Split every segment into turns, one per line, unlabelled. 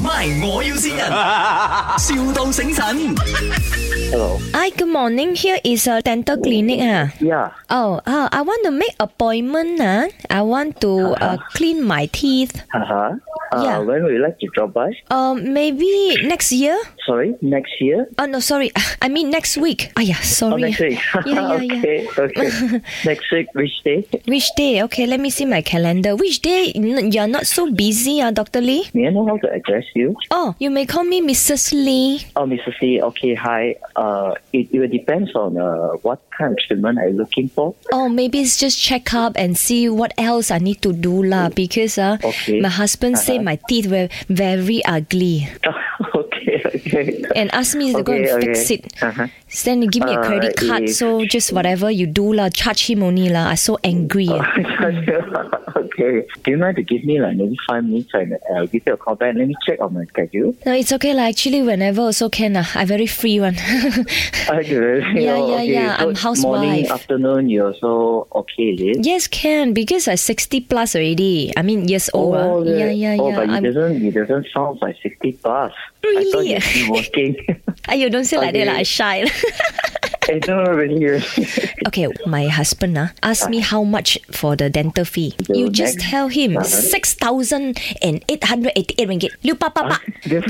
，My 我要先人，,笑到醒神。
Hello.
Hi, good morning. Here is a dental clinic. Ah.
Yeah.
Oh, uh, I want to make appointment. Ah. I want to uh, clean my teeth.
Uh-huh. Uh,
Yeah.
When would you like to drop by?
Uh, maybe next year?
Sorry, next year?
Oh, no, sorry. I mean next week. Ah, yeah, sorry.
Oh, next week.
Yeah, yeah, yeah.
okay, okay. next week, which day?
Which day? Okay, let me see my calendar. Which day n- you're not so busy, ah, Dr. Lee?
May I know how to address you?
Oh, you may call me Mrs. Lee.
Oh, Mrs. Lee, okay, hi. Uh, it, it will depends on uh, what kind of treatment are you looking for.
Oh, maybe it's just check up and see what else I need to do lah. Because uh,
Okay. Uh-huh.
my husband said my teeth were very ugly
okay, okay.
and asked me to go and
Okay,
fix
okay.
it.
Uh-huh.
Then you give me a
Uh,
credit card,
if-
so just whatever you do lah, charge him only lah. I so angry.
Uh.
eh.
okay. Do you mind to give me like maybe five minutes and I'll give you a call back? Let me check on my schedule.
No, it's okay lah. Actually, whenever also can lah. I very free one.
Okay.
Yeah, yeah,
okay.
yeah,
So
I'm
Morning,
housewife.
afternoon, you also okay, is it?
yes, can because I sixty plus already. I mean, years old. ah. yeah, yeah, yeah.
Oh, but it
I'm-
doesn't, it doesn't sound like 60 plus. I thought
Really?
you're still working.
Aiyo, don't say like that lah.
Okay.
I shy. lah.
I don't really, really.
Okay, my husband ah asked me how much for the dental fee.
The
You just
next Uh-huh.
tell him
one.
six thousand and eight hundred eighty eight ringgit. 六八八八.
Yes,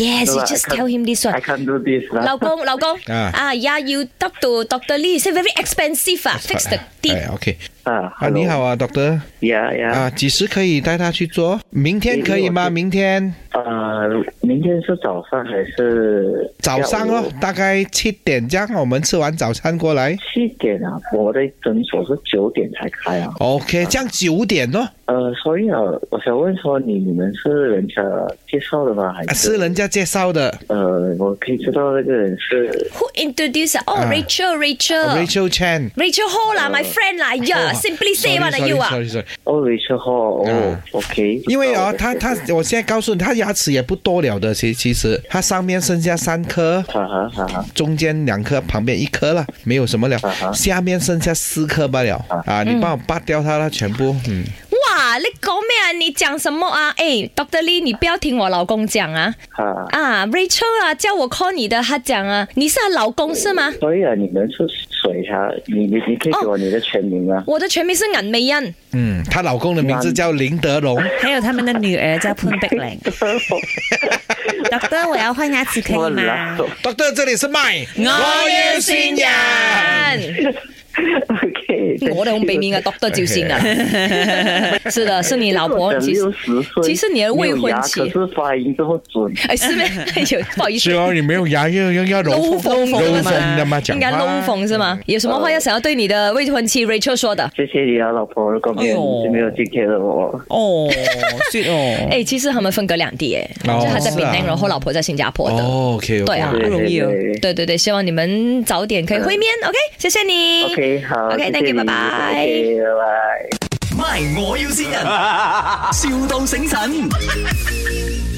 Yes, you just tell him this one.
Uh-huh. I can't do this. lah.
老公，老公，
Ah.
啊呀，要得到 Doctor Lee say very expensive 啊，fix the teeth。
哎，OK。
啊
啊，你好啊，Doctor。
，Yeah Yeah，
啊，几时可以带他去做？明天可以吗？明天
呃，明天是早上还是
早上
下
哦
午，
大概七点这样，我们吃完早餐过来。
七点啊，我的诊所是九点才开啊。
OK，这样九点哦。
呃，所以啊，我想问说你你们是人家介绍的吗？还
啊是人家介绍的
呃，我可以知道那个人是
Who introduced? 啊哦
啊
，Rachel，Rachel。
，Rachel Chan。哦
Rachel 哦 Ho 啦，my friend 啦，呀，simply 呃 say 啦，you 啊
Sorry，sorry，sorry，sorry
哦，雷车后哦
啊
，OK。哦
因为啊，他他，我现在告诉你，他牙齿也不多了的，其其实他上面剩下三颗，
哈哈哈哈，
中间两颗，旁边一颗了，没有什么了
啊哈，
下面剩下四颗罢了啊！你帮我拔掉它了，全部，嗯，
哇，你讲咩啊？你讲什么啊？哎，Doctor Lee，你不要听我老公讲啊。
哈。
啊，Rachel 啊，叫我 call 你的，他讲啊，你是她老公是吗？
所以啊，你们是水他，你你你可以给我你的全名啊吗？
我的全名是尹美欣，
嗯，她老公的名字叫林 德龙，
还有他们的女儿叫潘碧玲。Doctor，我要换牙齿可以吗？
Doctor，这里是麦，
嗯人，
OK，
我的红北名啊，Doctor 就行啊。 是的，是你老婆，其实
六十岁，
其实你的未
没有
婚
牙
妻
可是发音这么准。
哎是咩？哎呦，不好意思
是。哦，你没有牙又又要
漏
柔
风
柔
的嘛
风的嘛，讲
应该
话啊嗯
龙凤是吗？有什么话要想要对你的未婚妻 Rachel 说的？
谢谢你啊，老婆，如果没有你就没有今天的我。
哦，是哦，
哎，其实他们分隔两地哎，
哦
就他在
是
槟
啊
榔，然后老婆在新加坡的。
哦，OK，
对啊
对
不容易哦
对对
对对对，希望你们早点
嗯
可以会面，OK？谢谢你。
OK，好
OK，
谢
thank
谢你
you，拜拜。
OK，拜拜。
My 我要先人，,笑到醒神。